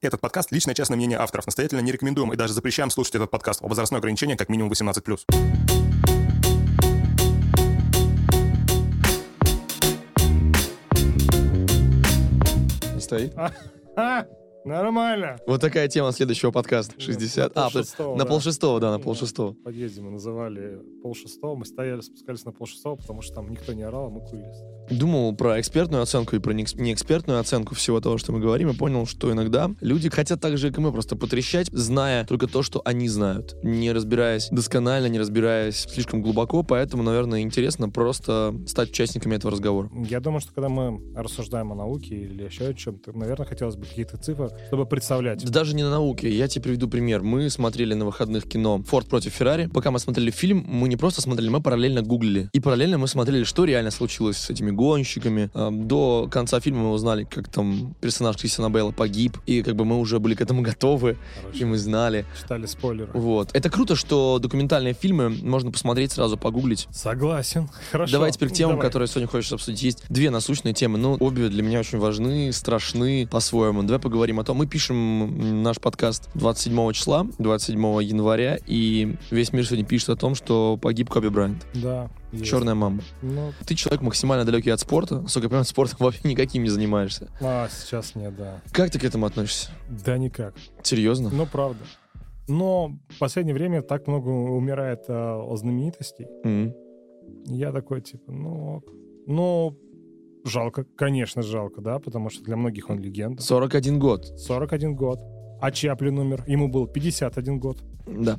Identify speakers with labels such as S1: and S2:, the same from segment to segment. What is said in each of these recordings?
S1: Этот подкаст – личное частное мнение авторов. Настоятельно не рекомендуем и даже запрещаем слушать этот подкаст. Возрастное ограничение как минимум 18+.
S2: Не стоит.
S3: А, нормально.
S2: Вот такая тема следующего подкаста. 60.
S3: На
S2: а, под-
S3: полшестого,
S2: на
S3: да.
S2: полшестого, да, на
S3: Да.
S2: полшестого.
S3: В подъезде мы называли полшестого. Мы стояли, спускались на полшестого, потому что там никто не орал, а мы курили.
S2: Думал про экспертную оценку и про неэкс- неэкспертную оценку всего того, что мы говорим, и понял, что иногда люди хотят так же, как и мы, просто потрещать, зная только то, что они знают, не разбираясь досконально, не разбираясь слишком глубоко, поэтому, наверное, интересно просто стать участниками этого разговора.
S3: Я думаю, что когда мы рассуждаем о науке или еще о чем-то, наверное, хотелось бы какие-то цифры, чтобы представлять.
S2: Да Даже не на науке. Я тебе приведу пример. Мы смотрели на выходных кино «Форд против Феррари». Пока мы смотрели фильм, мы не просто смотрели, мы параллельно гуглили. И параллельно мы смотрели, что реально случилось с этими гонщиками. А, До конца фильма мы узнали, как там персонаж Кристиана Бейла погиб. И как бы мы уже были к этому готовы.
S3: Короче,
S2: И мы знали.
S3: читали спойлеры.
S2: Вот. Это круто, что документальные фильмы можно посмотреть сразу, погуглить.
S3: Согласен. Хорошо.
S2: Давай теперь к темам,
S3: Давай.
S2: которые сегодня хочешь обсудить. Есть две насущные темы, но обе для меня очень важны, страшны по-своему. Давай поговорим о том. Мы пишем м, наш подкаст 27 числа, 27 января, и весь мир сегодня пишет о том, что погиб Коби Брайант.
S3: Да. есть.
S2: Черная мама.
S3: Ну,
S2: Ты человек максимально далекий от спорта, сколько я понимаю, спортом вообще никаким не занимаешься.
S3: а сейчас нет, да.
S2: Как ты к этому относишься?
S3: Да никак.
S2: Серьезно?
S3: Ну, правда. Но в последнее время так много умирает э, знаменитостей.
S2: М.
S3: Я такой, типа, ну ок. Ну, жалко, конечно, жалко, да, потому что для многих он легенда.
S2: 41 год.
S3: 41 год. А Чаплин умер, ему был 51 год.
S2: Да.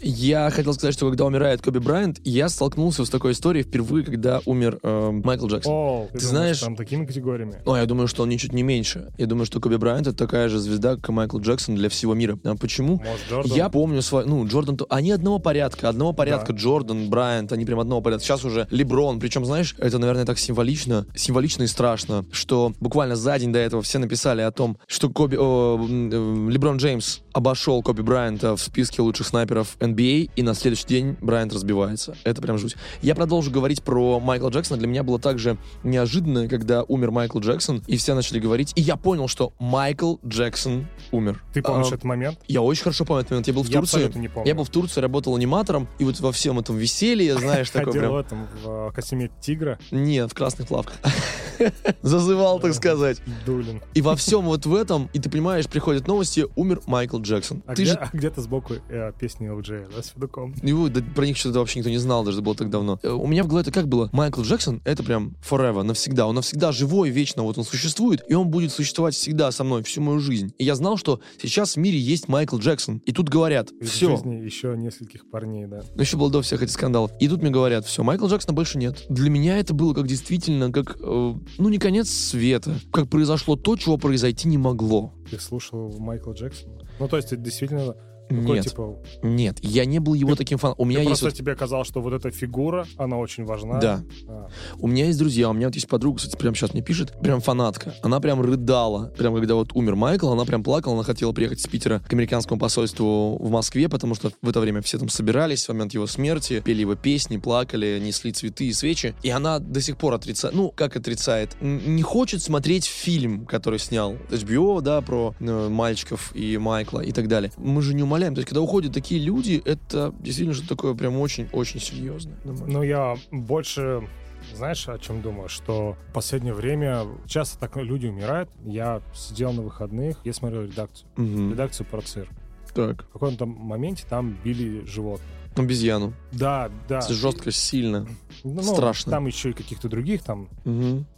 S2: Я хотел сказать, что когда умирает Коби Брайант, я столкнулся с такой историей впервые, когда умер эм, Майкл Джексон.
S3: О,
S2: Ты
S3: думаешь,
S2: знаешь-
S3: Там такими категориями.
S2: Но я думаю, что он ничуть не меньше. Я думаю, что Коби Брайант это такая же звезда, как и Майкл Джексон для всего мира. А почему?
S3: Может, Джордан?
S2: Я помню свой, ну, Джордан, то- они одного порядка, одного порядка, Джордан, Брайант, они прям одного порядка. Сейчас уже Леброн, причем, знаешь, это, наверное, так символично, символично и страшно, что буквально за день до этого все написали о том, что Коби, о, м, э, Леброн Джеймс обошел Коби Брайанта в списке лучших снайперов NBA, и на следующий день Брайант разбивается. Это прям жуть. Я продолжу говорить про Майкла Джексона. Для меня было также неожиданно, когда умер Майкл Джексон, и все начали говорить, и я понял, что Майкл Джексон умер.
S3: Ты помнишь
S2: А,
S3: этот момент?
S2: я очень хорошо помню этот момент. Я был в
S3: я
S2: Турции.
S3: абсолютно не помню.
S2: Я был в Турции, работал аниматором, и вот во всем этом веселье, знаешь, такой
S3: Ходил в
S2: прям...
S3: этом, в э, костюме тигра,
S2: Нет, в красных плавках. Зазывал, так сказать.
S3: Дулин.
S2: И во всем вот в этом, и ты понимаешь, приходят новости, умер Майкл Джексон.
S3: А,
S2: Ты
S3: где,
S2: же...
S3: а где-то сбоку э, песни Элджея, да, с Федуком?
S2: Его, да, про них что-то вообще никто не знал, даже было так давно. Э, У меня в голове это как было? Майкл Джексон — это прям forever, навсегда. Он навсегда живой, вечно вот он существует, и он будет существовать всегда со мной всю мою жизнь. И я знал, что сейчас в мире есть Майкл Джексон. И тут говорят,
S3: Из
S2: все,
S3: жизни еще нескольких парней, да.
S2: Но еще было до всех этих скандалов. И тут мне говорят, все, Майкла Джексона больше нет. Для меня это было как действительно, как, э, ну, не конец света. Как произошло то, чего произойти не могло.
S3: Ты слушал Майкла Джексона? Ну, то есть, ты действительно... такой,
S2: Нет,
S3: типа,
S2: нет, я не был его таким фаном. У меня
S3: Ты
S2: есть...
S3: просто
S2: вот-
S3: тебе казалось, что вот эта фигура, она очень важна.
S2: Да.
S3: А,
S2: У меня есть друзья, у меня вот есть подруга, кстати, прямо сейчас мне пишет, прям фанатка. Она прям рыдала, прям когда вот умер Майкл, она прям плакала, она хотела приехать с Питера к американскому посольству в Москве, потому что в это время все там собирались в момент его смерти, пели его песни, плакали, несли цветы и свечи. И она до сих пор отрицает, ну, как отрицает, Н- не хочет смотреть фильм, который снял HBO, да, про э, мальчиков и Майкла и так далее. Мы же не умоляем, то есть когда уходят такие люди, это действительно что такое прям очень-очень серьезное. на мой взгляд.
S3: Ну, я больше, знаешь, о чем думаю? Что в последнее время часто так люди умирают. Я сидел на выходных, я смотрел редакцию.
S2: Мгм.
S3: Редакцию про цирк.
S2: Так,
S3: В каком-то моменте там били животных.
S2: обезьяну.
S3: Да, да.
S2: Это жестко, сильно.
S3: Ну,
S2: страшно.
S3: Там еще и каких-то других там.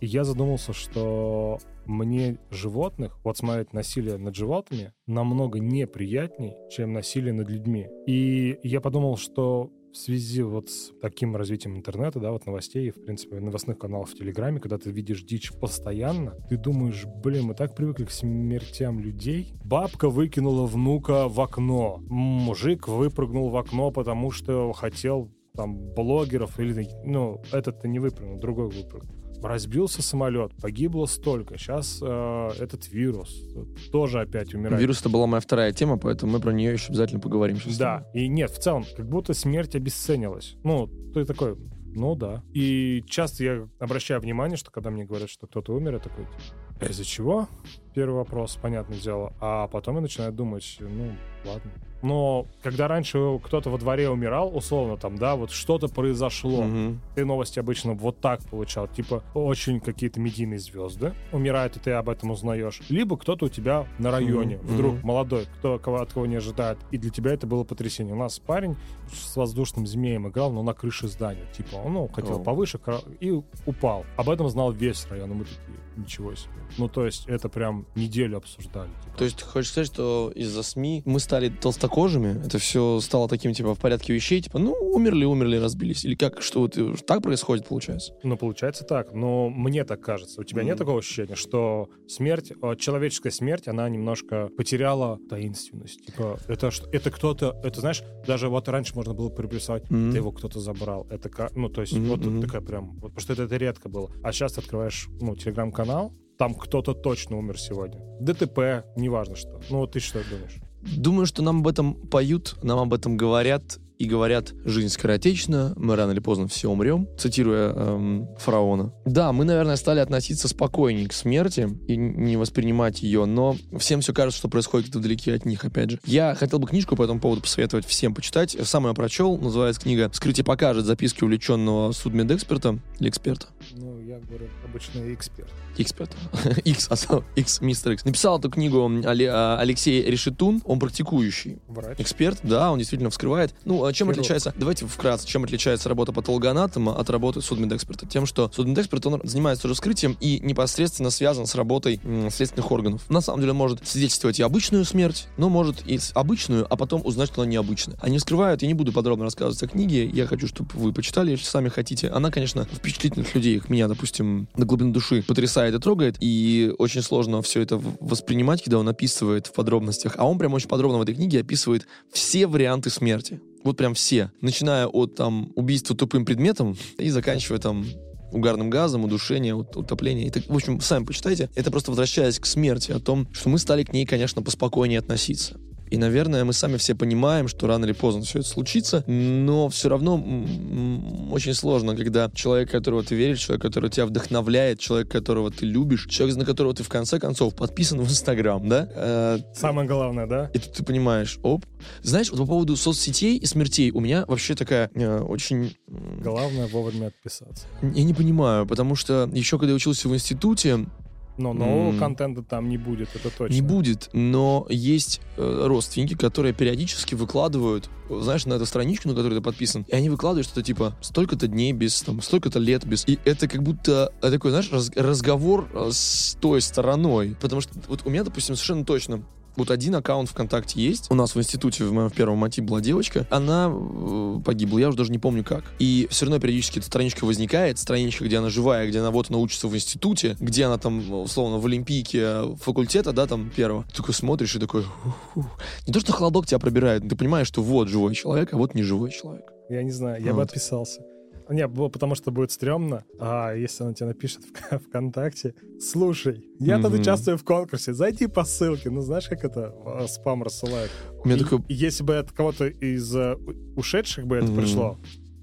S3: И я задумался, что мне животных, вот смотреть насилие над животными, намного неприятней, чем насилие над людьми. И я подумал, что в связи вот с таким развитием интернета, да, вот новостей, и, в принципе, новостных каналов в Телеграме, когда ты видишь дичь постоянно, ты думаешь, блин, мы так привыкли к смертям людей. Бабка выкинула внука в окно. Мужик выпрыгнул в окно, потому что хотел там блогеров или, ну, этот-то не выпрыгнул, другой выпрыгнул разбился самолет, погибло столько. Сейчас этот вирус тоже опять умирает.
S2: Вирус это была моя вторая тема, поэтому мы про нее еще обязательно поговорим. сейчас.
S3: Да. И нет, в целом, как будто смерть обесценилась. Ну, ты такой, ну да. И часто я обращаю внимание, что когда мне говорят, что кто-то умер, я такой, Из-за чего? Первый вопрос, понятное дело. А потом я начинаю думать, ну, ладно. Но когда раньше кто-то во дворе умирал, условно там, да, вот что-то произошло,
S2: Мгм.
S3: ты новости обычно вот так получал. Типа, очень какие-то медийные звезды умирают, и ты об этом узнаешь. Либо кто-то у тебя на районе,
S2: Мгм,
S3: вдруг
S2: мгм.
S3: молодой, кто кого, от кого не ожидает. И для тебя это было потрясение. У нас парень с воздушным змеем играл, но на крыше здания. Типа, он ну, хотел
S2: О.
S3: повыше кра- и упал. Об этом знал весь район, и мы такие, ничего себе. Ну, то есть, это прям неделю обсуждали. типа.
S2: То есть ты хочешь сказать, что из-за СМИ мы стали толстокожими, это все стало таким, типа, в порядке вещей, типа, ну, умерли, умерли, разбились. Или как, что вот э, так происходит, получается?
S3: Ну, получается так. Но мне так кажется. У тебя нет
S2: Мгм.
S3: такого ощущения, что смерть, э, человеческая смерть, она немножко потеряла таинственность. Типа, это, что- это кто-то, это знаешь, даже вот раньше можно было приписать,
S2: Мгм.
S3: это его кто-то забрал. Это ка- ну, то есть,
S2: Мгм,
S3: вот
S2: мгм.
S3: такая прям, вот, потому что это, это редко было. А сейчас ты открываешь, ну, телеграм-канал, там кто-то точно умер сегодня. ДТП, неважно что. Ну, вот ты что думаешь?
S2: Думаю, что нам об этом поют, нам об этом говорят и говорят, жизнь скоротечна, мы рано или поздно все умрем, цитируя эм, фараона. Да, мы, наверное, стали относиться спокойнее к смерти и н- не воспринимать ее, но всем все кажется, что происходит где-то вдалеке от них, опять же. Я хотел бы книжку по этому поводу посоветовать всем почитать. Сам ее прочел, называется книга «Скрытие покажет. Записки увлеченного судмедэксперта» или эксперта.
S3: Ну, я говорю, обычный эксперт.
S2: X5. X, основ- X, а мистер X. Написал эту книгу Але- а, Алексей Решетун, он практикующий.
S3: Врач.
S2: Эксперт, да, он действительно вскрывает. Ну, а чем
S3: Хирург.
S2: отличается, давайте вкратце, чем отличается работа патологоанатома от работы судмедэксперта? Тем, что судмедэксперт, он занимается раскрытием и непосредственно связан с работой м, следственных органов. На самом деле он может свидетельствовать и обычную смерть, но может и с- обычную, а потом узнать, что она необычная. Они вскрывают, я не буду подробно рассказывать о книге, я хочу, чтобы вы почитали, если сами хотите. Она, конечно, впечатлительных людей, как меня, допустим, на глубину души потрясает и трогает, и очень сложно все это в- воспринимать, когда он описывает в подробностях. А он прям очень подробно в этой книге описывает все варианты смерти. Вот прям все. Начиная от там убийства тупым предметом и заканчивая там угарным газом, удушение, ут- утопление. И так, в общем, сами почитайте. Это просто возвращаясь к смерти, о том, что мы стали к ней, конечно, поспокойнее относиться. И, наверное, мы сами все понимаем, что рано или поздно все это случится, но все равно м, м, очень сложно, когда человек, которого ты веришь, человек, который тебя вдохновляет, человек, которого ты любишь, человек, на которого ты в конце концов подписан в Инстаграм, да, э,
S3: Самое главное, да?
S2: и тут ты понимаешь, оп. Знаешь, вот по поводу соцсетей и смертей у меня вообще такая э, очень... м,
S3: Главное вовремя отписаться.
S2: Я не понимаю, потому что еще когда я учился в институте,
S3: Но нового
S2: М.
S3: контента там не будет, это точно.
S2: не будет, но есть э, родственники, которые периодически выкладывают, э, знаешь, на эту страничку, на которую ты подписан, и они выкладывают что-то типа столько-то дней без, там, столько-то лет без. И это как будто э, такой, знаешь, раз- разговор э, с той стороной. Потому что вот у меня, допустим, совершенно точно Вот один аккаунт ВКонтакте есть. У нас в институте в моем первом мате была девочка. Она э, погибла, я уже даже не помню как. И все равно периодически эта страничка возникает. Страничка, где она живая, где она вот она учится в институте, где она там, условно, в олимпийке э, факультета, да, там первого. Ты такой смотришь и такой... «Ух-ух». Не то, что холодок тебя пробирает, но ты понимаешь, что вот живой человек, а вот не живой человек.
S3: Я не знаю, я бы
S2: Вот.
S3: отписался. Не, было потому что будет стрёмно, а если она тебе напишет в ВКонтакте, слушай, я тут
S2: Мгм.
S3: участвую в конкурсе, зайди по ссылке, ну знаешь, как это э, спам рассылают.
S2: У меня
S3: И-
S2: такой...
S3: и Если бы от кого-то из э, у- ушедших бы это
S2: Мгм.
S3: пришло,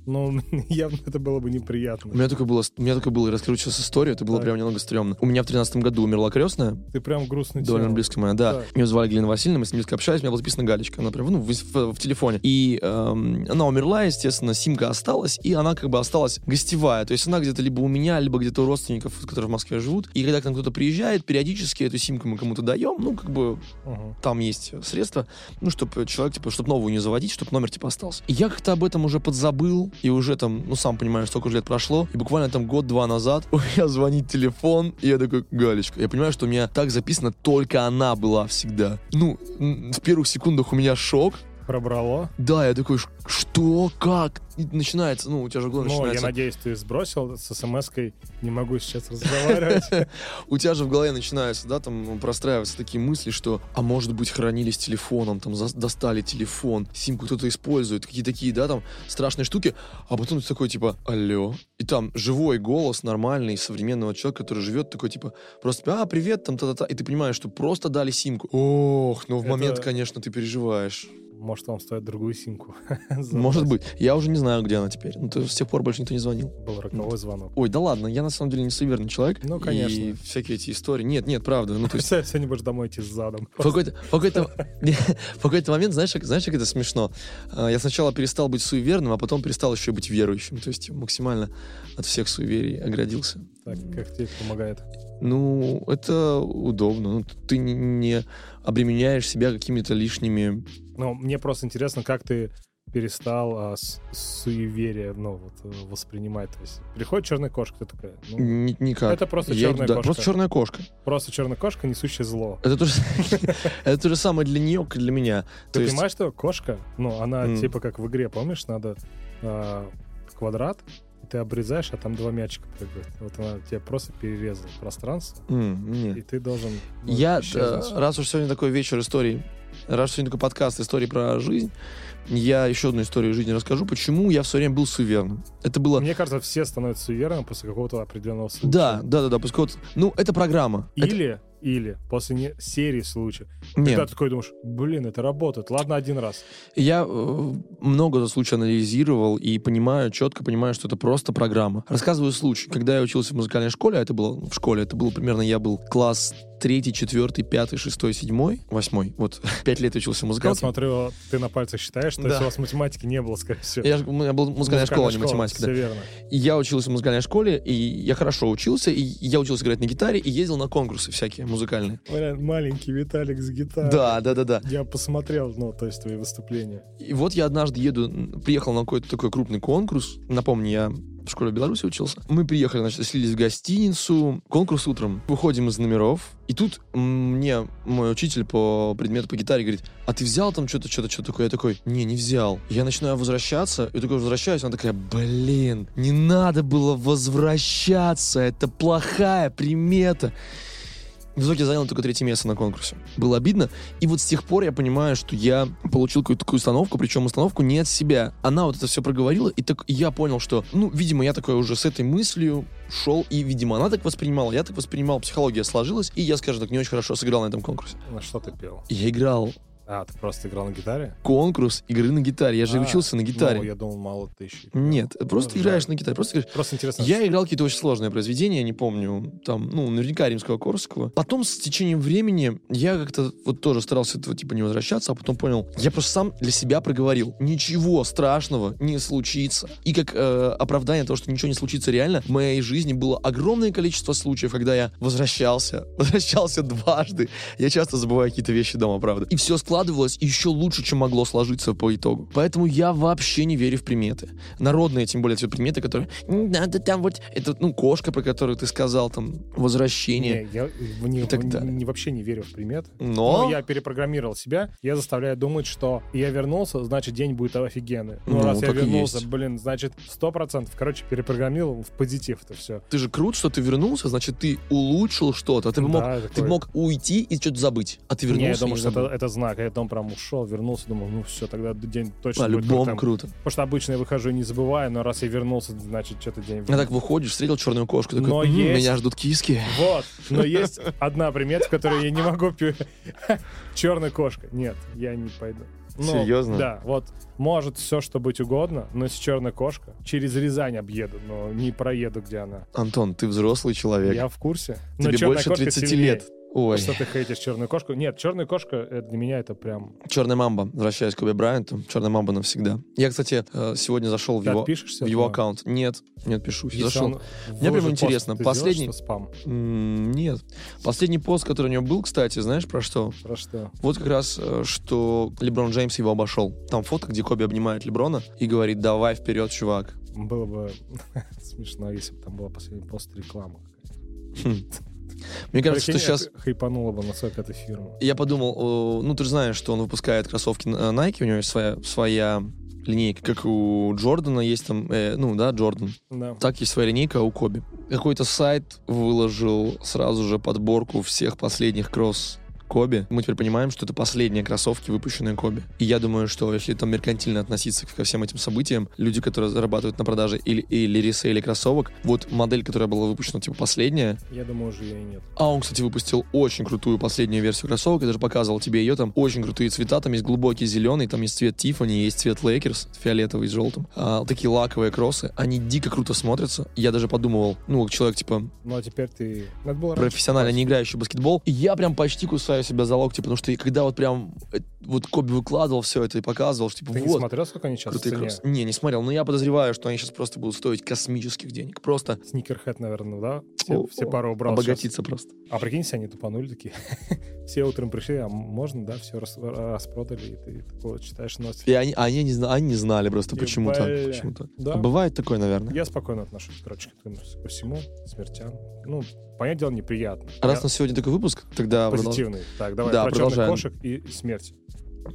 S3: ну, явно это было бы неприятно.
S2: У меня такое было, у меня такое было, я расскажу сейчас историю, это было
S3: Так.
S2: прям немного стрёмно. У меня в тринадцатом году умерла крестная,
S3: Ты прям грустный
S2: Довольно
S3: тема.
S2: близко моя, да.
S3: Так.
S2: Ее звали Глина Васильевна, мы с ней близко общались, у меня была записана Галечка, она прям, ну, в, в- в телефоне. И эм, она умерла, естественно, симка осталась, и она как бы осталась гостевая. То есть она где-то либо у меня, либо где-то у родственников, которые в Москве живут. И когда к нам кто-то приезжает, периодически эту симку мы кому-то даем, ну, как бы
S3: Мгм.
S2: там есть средства, ну, чтобы человек, типа, чтобы новую не заводить, чтобы номер, типа, остался. И я как-то об этом уже подзабыл, и уже там, ну, сам понимаешь, столько уже лет прошло, и буквально там год-два назад у меня звонит телефон, и я такой, Галечка, я понимаю, что у меня так записано, только она была всегда. Ну, м, в первых секундах у меня шок,
S3: Пробрало.
S2: да, я такой, «Ш- что, как? И начинается, ну, у тебя же в голове
S3: Ну, я
S2: начинается
S3: надеюсь, ты сбросил с смс-кой. Не могу сейчас разговаривать.
S2: у тебя же в голове начинаются, да, там ну, простраиваются такие мысли, что, а может быть, хранили с телефоном, там, за- достали телефон, симку кто-то использует, какие такие, да, там, страшные штуки, а потом ты такой, типа, алло, и там живой голос нормальный, современного человека, который живет, такой, типа, просто, типа, а, привет, там, та-та-та, и ты понимаешь, что просто дали симку. Ох, но в
S3: Это-
S2: момент, конечно, ты переживаешь.
S3: Может, вам стоит другую симку.
S2: Может быть. Я уже не знаю, где она теперь. Ну, то есть с тех пор больше никто не звонил.
S3: Был роковой звонок.
S2: Ой, да ладно, я на самом деле не суеверный человек.
S3: Ну, конечно.
S2: И всякие эти истории. Нет, нет, правда. Ну, то есть
S3: Представь, сегодня будешь домой идти с задом.
S2: в какой-то, в какой-то, в какой-то момент, знаешь, как- знаешь, как это смешно? А, Я сначала перестал быть суеверным, а потом перестал еще и быть верующим. То есть максимально от всех суеверий оградился.
S3: Так, как тебе это помогает?
S2: Ну, это удобно. Ну, ты не- не обременяешь себя какими-то лишними...
S3: Ну, мне просто интересно, как ты перестал а, с- суеверие, ну, вот, э, воспринимать. То есть приходит черная кошка, ты такая, ну,
S2: ни- Никак.
S3: это просто
S2: Я иду,
S3: черная
S2: да,
S3: кошка.
S2: Просто черная кошка.
S3: Просто черная кошка, несущая зло.
S2: Это то же, это то же самое для нее, как и для меня.
S3: Ты
S2: То есть-
S3: понимаешь, что кошка, ну, она
S2: М.
S3: типа как в игре, помнишь, надо а, квадрат, и ты обрезаешь, а там два мячика прыгают. Вот она тебе просто перерезала пространство,
S2: М, нет.
S3: и ты должен ну,
S2: Я,
S3: исчезнуть.
S2: э, раз уж сегодня такой вечер истории, раз уж сегодня такой подкаст истории про жизнь, я еще одну историю жизни расскажу, почему я все время был суеверным. Это было...
S3: Мне кажется, все становятся суеверными после какого-то определенного случая.
S2: Да, да, да, да, пускай вот- Ну, это программа. Это-
S3: Или, или после не- серии случаев.
S2: Нет.
S3: Когда ты такой думаешь, блин, это работает. Ладно, один раз.
S2: Я э, много за случай анализировал и понимаю, четко понимаю, что это просто программа. Рассказываю случай. Когда я учился в музыкальной школе, а это было в школе, это было примерно, я был класс третий, четвертый, пятый, шестой, седьмой, восьмой. Вот, пять лет учился
S3: Я
S2: музыкантом.
S3: смотрю, ты на пальцах считаешь, что
S2: Да.
S3: если у вас математики не было, скорее всего.
S2: Я, ж- у меня была музыкальная, школа, а не математика. да.
S3: Все верно.
S2: И я учился в музыкальной школе, и я хорошо учился, и я учился играть на гитаре, и ездил на конкурсы всякие музыкальные.
S3: Блин, маленький Виталик с гитарой.
S2: Да, да, да, да.
S3: Я посмотрел, ну, то есть твои выступления.
S2: И вот я однажды еду, м, приехал на какой-то такой крупный конкурс. Напомню, я в школе в Беларуси учился. Мы приехали, значит, слились в гостиницу. Конкурс утром. Выходим из номеров. И тут м, мне мой учитель по предмету по гитаре говорит, а ты взял там что-то, что-то, что-то такое? Я такой, не, не взял. Я начинаю возвращаться. И такой возвращаюсь. Она такая, блин, не надо было возвращаться. Это плохая примета. В итоге я занял только третье место на конкурсе. Было обидно. И вот с тех пор я понимаю, что я получил какую-то такую установку, причем установку не от себя. Она вот это все проговорила, и так и я понял, что, ну, видимо, я такой уже с этой мыслью шел, и, видимо, она так воспринимала, я так воспринимал, психология сложилась, и я, скажем так, не очень хорошо сыграл на этом конкурсе.
S3: На что ты пел?
S2: Я играл
S3: А, ты просто играл на гитаре?
S2: конкурс игры на гитаре, я же
S3: А,
S2: учился на
S3: Ну, я
S2: гитаре.
S3: думал, мало тысяч.
S2: Нет, просто
S3: жаль.
S2: играешь на гитаре, просто играешь.
S3: Просто интересно.
S2: Я играл какие-то очень сложные произведения, я не помню, там, ну, наверняка римского Корского. Потом с течением времени я как-то вот тоже старался этого типа не возвращаться, а потом понял, я просто сам для себя проговорил, ничего страшного не случится. И как э, оправдание того, что ничего не случится реально, в моей жизни было огромное количество случаев, когда я возвращался, возвращался дважды. Я часто забываю какие-то вещи дома, правда. И все складывалось еще лучше, чем могло сложиться по итогу. Поэтому я вообще не верю в приметы народные, тем более, эти приметы, которые «М, надо там вот, это, ну, кошка, про которую ты сказал, там, возвращение.
S3: Не, я в не-
S2: И так
S3: в-
S2: далее.
S3: не- вообще не верю в приметы.
S2: Но,
S3: Но я перепрограммировал себя. Я заставляю думать, что я вернулся, значит, день будет офигенный. Ну,
S2: Ну,
S3: раз я
S2: так и
S3: вернулся,
S2: есть.
S3: блин, значит, сто процентов. Короче, перепрограммировал в позитив это все.
S2: ты же крут, что ты вернулся, значит, ты улучшил что-то. Ты бы Ну, мог, ты мог уйти и что-то забыть, а ты вернулся
S3: Не, я думал,
S2: и
S3: что это,
S2: забыл.
S3: это знак. Я там прям ушел, вернулся, думал, ну все, тогда день точно будет крутым.
S2: По-любому А, круто.
S3: Потому что обычно я выхожу и не забываю, но раз я вернулся, значит, что-то день...
S2: А так выходишь, встретил черную кошку, такой,
S3: Но
S2: «М,
S3: есть-
S2: меня ждут киски.
S3: Вот, но есть одна примета, в которой я не могу пи- Черная кошка. Нет, я не пойду. Ну,
S2: Серьезно?
S3: Да, вот может все, что быть угодно, но если черная кошка, через Рязань объеду, но не проеду, где она.
S2: Антон, ты взрослый человек.
S3: Я в курсе. Но
S2: Тебе
S3: «Черная
S2: больше
S3: кошка»
S2: 30
S3: сильнее.
S2: лет. Ой,
S3: Что ты хейтишь черную кошку? Нет, черная кошка это для меня это прям.
S2: черная мамба. Возвращаюсь к Коби Брайанту. Черная мамба навсегда. Я, кстати, э, сегодня зашел в
S3: Ты
S2: его,
S3: отпишешься?
S2: в
S3: от
S2: его
S3: него?
S2: аккаунт. Нет, не отпишусь.
S3: Если
S2: Зашел.
S3: он
S2: прям
S3: выложит пост,
S2: интересно,
S3: ты
S2: последний-
S3: сделаешь, что спам.
S2: М, Нет. Последний пост, который у него был, кстати, знаешь про что?
S3: Про что?
S2: Вот как раз, э, что Леброн Джеймс его обошел. Там фото, где Коби обнимает Леброна и говорит, давай вперед, чувак.
S3: Было бы смешно, если бы там была последний пост реклама. какая-то.
S2: Хм. Мне кажется, что
S3: Прикинь,
S2: сейчас...
S3: это Хайпануло бы на этой фирмы.
S2: Я подумал, э, ну ты же знаешь, что он выпускает кроссовки э, Nike, у него есть своя, своя линейка, как у Джордана есть там, э, ну да, Джордан.
S3: Да.
S2: Так есть своя линейка, а у Коби. Какой-то сайт выложил сразу же подборку всех последних кросс Коби. Мы теперь понимаем, что это последние кроссовки, выпущенные Коби. И я думаю, что если там меркантильно относиться ко всем этим событиям, люди, которые зарабатывают на продаже или, или ресейле кроссовок, вот модель, которая была выпущена, типа, последняя,
S3: Я думаю, уже ее и нет.
S2: а он, кстати, выпустил очень крутую последнюю версию кроссовок. Я даже показывал тебе ее. Там очень крутые цвета. Там есть глубокий зеленый, там есть цвет Тиффани, есть цвет Лейкерс, фиолетовый с желтым. А, такие лаковые кроссы. Они дико круто смотрятся. Я даже подумывал, ну, как человек, типа,
S3: Ну а теперь ты... Надо было раньше
S2: профессионально
S3: покупать.
S2: не играющий в баскетбол. И я прям почти кусаю себя за локти, потому что и когда вот прям э, вот Коби выкладывал все это и показывал, что типа
S3: Ты не
S2: вот,
S3: смотрел, сколько они сейчас в
S2: крутые
S3: цене?
S2: кроссы. Не, не смотрел, но я подозреваю, что они сейчас просто будут стоить космических денег. Просто
S3: Сникерхед, наверное, да? Все,
S2: О,
S3: все
S2: о,
S3: пару убрал сейчас.
S2: обогатиться просто.
S3: А прикиньте, они тупанули такие. все утром пришли, а можно, да, все рас- распродали, и ты такое читаешь новости.
S2: И они, они, не, зна- они не знали просто,
S3: И
S2: почему так.
S3: бля.
S2: Почему так.
S3: Да.
S2: А бывает такое, наверное.
S3: Я спокойно отношусь, короче, к этому ко всему, смертям. Ну, понятное дело, неприятно.
S2: А Раз
S3: Я-
S2: у нас сегодня такой выпуск, тогда продолж-
S3: Позитивный. Так, давай,
S2: Да,
S3: про чёрных
S2: продолжаем.
S3: кошек и смерть.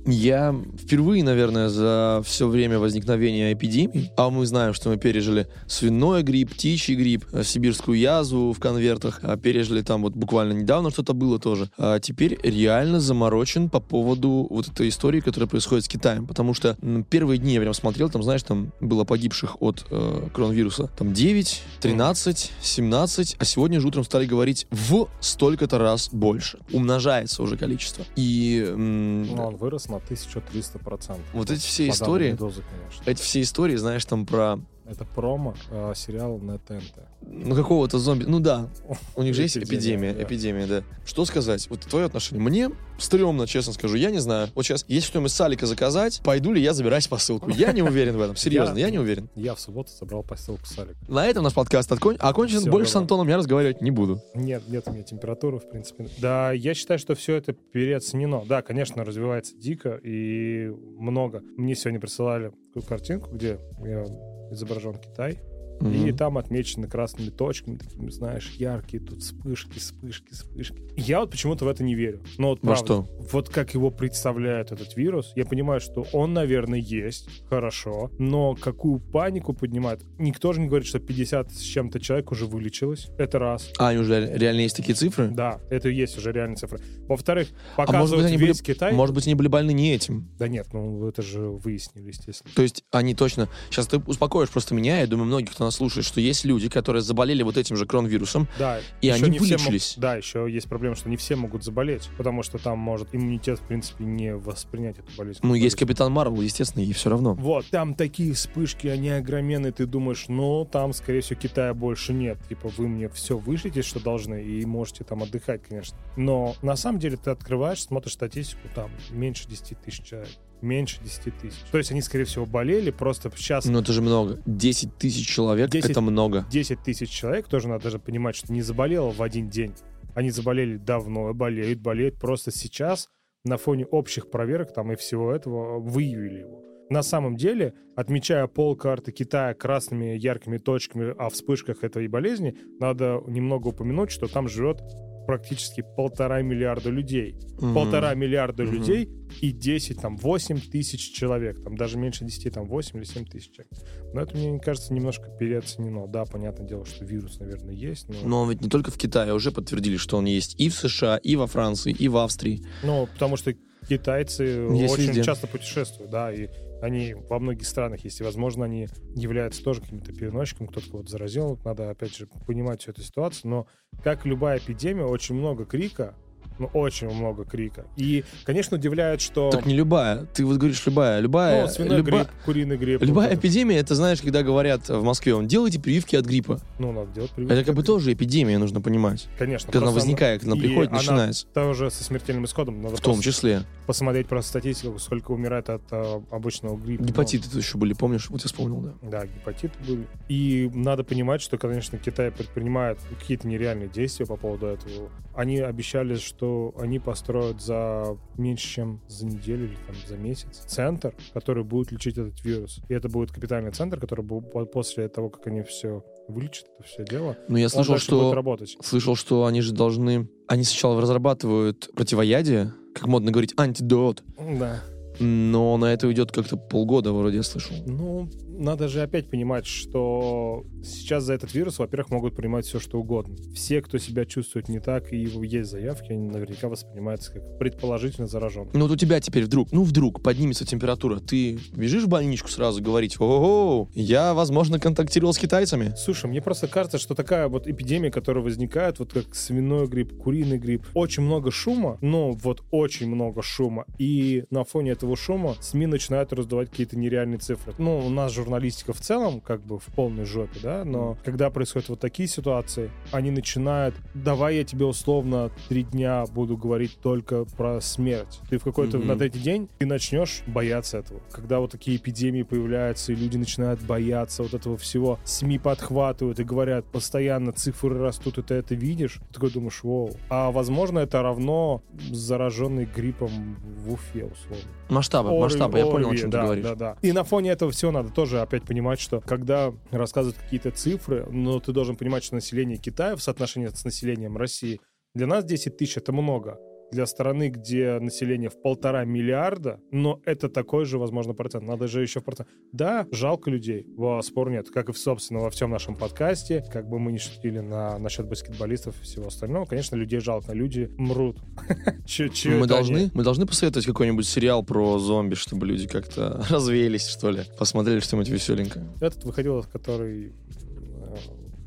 S2: я впервые, наверное, за все время возникновения эпидемии, а мы знаем, что мы пережили свиной грипп, птичий грипп, э, сибирскую язву в конвертах, а пережили там вот буквально недавно что-то было тоже. А теперь реально заморочен по поводу вот этой истории, которая происходит с Китаем, потому что м, первые дни я прям смотрел, там, знаешь, там было погибших от э, коронавируса там 9, 13, 17, а сегодня же утром стали говорить в столько-то раз больше. Умножается уже количество. И м,
S3: Но Ну, он вырос на 1300 процентов.
S2: вот эти все истории,
S3: Дозы, конечно.
S2: эти все истории, знаешь, там про
S3: Это промо э, сериала на ТНТ.
S2: ну какого-то зомби, ну да, у них же есть
S3: Эпидемия,
S2: эпидемия,
S3: да.
S2: эпидемия, да. Что сказать? Вот твое отношение. Мне стрёмно, честно скажу, я не знаю. Вот сейчас есть что-нибудь салика заказать, пойду ли я забирать посылку? Я не уверен в этом, серьезно,
S3: Я-
S2: я не уверен.
S3: Я в субботу собрал посылку Салик.
S2: На этом наш подкаст откон- окончен.
S3: Всё,
S2: Больше с
S3: давай.
S2: Антоном я разговаривать не буду.
S3: Нет, нет у меня температуры, в принципе. Да, я считаю, что все это переоценено. Да, конечно, развивается дико и много. Мне сегодня присылали такую картинку, где я изображен Китай, и
S2: Мгм.
S3: там отмечены красными точками, такими, знаешь, яркие тут вспышки, вспышки, вспышки. Я вот почему-то в это не верю. Но вот
S2: Во
S3: правда,
S2: что?
S3: вот как его представляет этот вирус, я понимаю, что он, наверное, есть, хорошо, но какую панику поднимает? Никто же не говорит, что 50 с чем-то человек уже вылечилось. Это раз.
S2: А, они уже реаль- реально есть такие цифры?
S3: Да, это и есть уже реальные цифры. Во-вторых,
S2: Хм. А может
S3: показывают
S2: быть, они
S3: весь Китай.
S2: Может быть, они были больны не этим.
S3: Да нет, ну это же выяснили, естественно.
S2: То есть они точно... Сейчас ты успокоишь просто меня, я думаю, многих, кто нас слушает, что есть люди, которые заболели вот этим же коронавирусом,
S3: Да.
S2: И
S3: ещё
S2: они
S3: не все мог-
S2: вылечились.
S3: Да, еще есть проблема, что не все могут заболеть, потому что там может иммунитет, в принципе, не воспринять эту болезнь.
S2: Ну,
S3: как
S2: есть
S3: болезнь.
S2: Капитан Марвел, естественно, ей все равно.
S3: Вот, там такие вспышки, они огроменные, ты думаешь, ну, там, скорее всего, Китая больше нет. Типа, вы мне все вышлите, что должны, и можете там отдыхать, конечно. Но на самом деле ты открываешь, смотришь статистику, там меньше 10 тысяч человек. Меньше 10 тысяч. То есть они, скорее всего, болели, просто сейчас
S2: Но Ну, это же много. 10 тысяч человек
S3: 10
S2: это много.
S3: 10 тысяч человек, тоже надо же понимать, что не заболело в один день. Они заболели давно, болеют, болеют. Просто сейчас на фоне общих проверок там и всего этого выявили его. На самом деле, отмечая полкарты Китая красными яркими точками о вспышках этой болезни, надо немного упомянуть, что там живет практически полтора миллиарда людей
S2: Мгм.
S3: полтора миллиарда
S2: Мгм.
S3: людей и 10, там, 8 тысяч человек, там, даже меньше 10, там, 8 или 7 тысяч человек. Но это, мне кажется, немножко переоценено. Да, понятное дело, что вирус, наверное, есть, но...
S2: Но он ведь не только в Китае, уже подтвердили, что он есть и в США, и во Франции, и в Австрии.
S3: Ну, потому что китайцы
S2: Есть
S3: очень
S2: везде.
S3: часто путешествуют, да, и они во многих странах есть, и, возможно, они являются тоже каким-то переносчиком, кто-то кого-то заразил, надо, опять же, понимать всю эту ситуацию, но, как любая эпидемия, очень много крика, ну, очень много крика. И, конечно, удивляет, что...
S2: Так не любая. Ты вот говоришь, любая, любая.
S3: ну, свиной
S2: люба-
S3: грипп, куриный грипп.
S2: Любая
S3: вот это.
S2: эпидемия, это знаешь, когда говорят в Москве, вам делайте прививки от гриппа.
S3: Ну, надо делать прививки.
S2: Это как бы тоже эпидемия, нужно понимать.
S3: Конечно.
S2: Когда она
S3: просто
S2: возникает, когда она
S3: и
S2: приходит,
S3: она
S2: начинается.
S3: Та уже со смертельным исходом. Надо
S2: В том
S3: просто
S2: числе.
S3: посмотреть просто статистику, сколько умирает от э, обычного гриппа.
S2: Гепатиты тут еще были, помнишь? Вот я вспомнил, да.
S3: Ну, да, гепатит был. И надо понимать, что, конечно, Китай предпринимает какие-то нереальные действия по поводу этого. Они обещали, что они построят за меньше, чем за неделю или там, за месяц центр, который будет лечить этот вирус. И это будет капитальный центр, который бу- по- после того, как они все вылечат, это все дело,
S2: Но Ну, я
S3: он
S2: слышал,
S3: дальше будет
S2: что
S3: работать.
S2: слышал, что они же должны... Они сначала разрабатывают противоядие, как модно говорить, антидот.
S3: Да.
S2: Но на это уйдет как-то полгода, вроде я слышал.
S3: Ну, надо же опять понимать, что сейчас за этот вирус, во-первых, могут принимать все, что угодно. Все, кто себя чувствует не так, и есть заявки, они наверняка воспринимаются как предположительно зараженные.
S2: Ну вот у тебя теперь вдруг, ну вдруг поднимется температура, ты бежишь в больничку сразу говорить, о я, возможно, контактировал с китайцами.
S3: Слушай, мне просто кажется, что такая вот эпидемия, которая возникает, вот как свиной грипп, куриный грипп, очень много шума, но вот очень много шума, и на фоне этого шума СМИ начинают раздавать какие-то нереальные цифры. Ну, у нас журналистика в целом как бы в полной жопе, да, но когда происходят вот такие ситуации, они начинают, давай я тебе условно три дня буду говорить только про смерть. Ты в какой-то
S2: Мгм.
S3: на третий день ты начнешь бояться этого. Когда вот такие эпидемии появляются, и люди начинают бояться вот этого всего, СМИ подхватывают и говорят, постоянно цифры растут, и ты это видишь, ты такой думаешь, вау. А возможно, это равно зараженный гриппом в Уфе, условно.
S2: Масштабы,
S3: Орви-
S2: масштабы, я понял, о
S3: Орви,
S2: чем
S3: да,
S2: ты говоришь.
S3: Да, да. И на фоне этого всего надо тоже опять понимать, что когда рассказывают какие-то цифры, но ты должен понимать, что население Китая в соотношении с населением России для нас 10 тысяч это много. Для страны, где население в полтора миллиарда, но это такой же, возможно, процент. Надо же еще в процент. Да, жалко людей, во, спор нет. Как и, собственно, во всем нашем подкасте, как бы мы ни шутили на, насчет баскетболистов и всего остального, конечно, людей жалко, люди мрут. Чё- чё это
S2: Ну, Мы
S3: они?
S2: должны, мы должны посоветовать какой-нибудь сериал про зомби, чтобы люди как-то развеялись, что ли, посмотрели что-нибудь веселенькое.
S3: Этот выходил, который... э,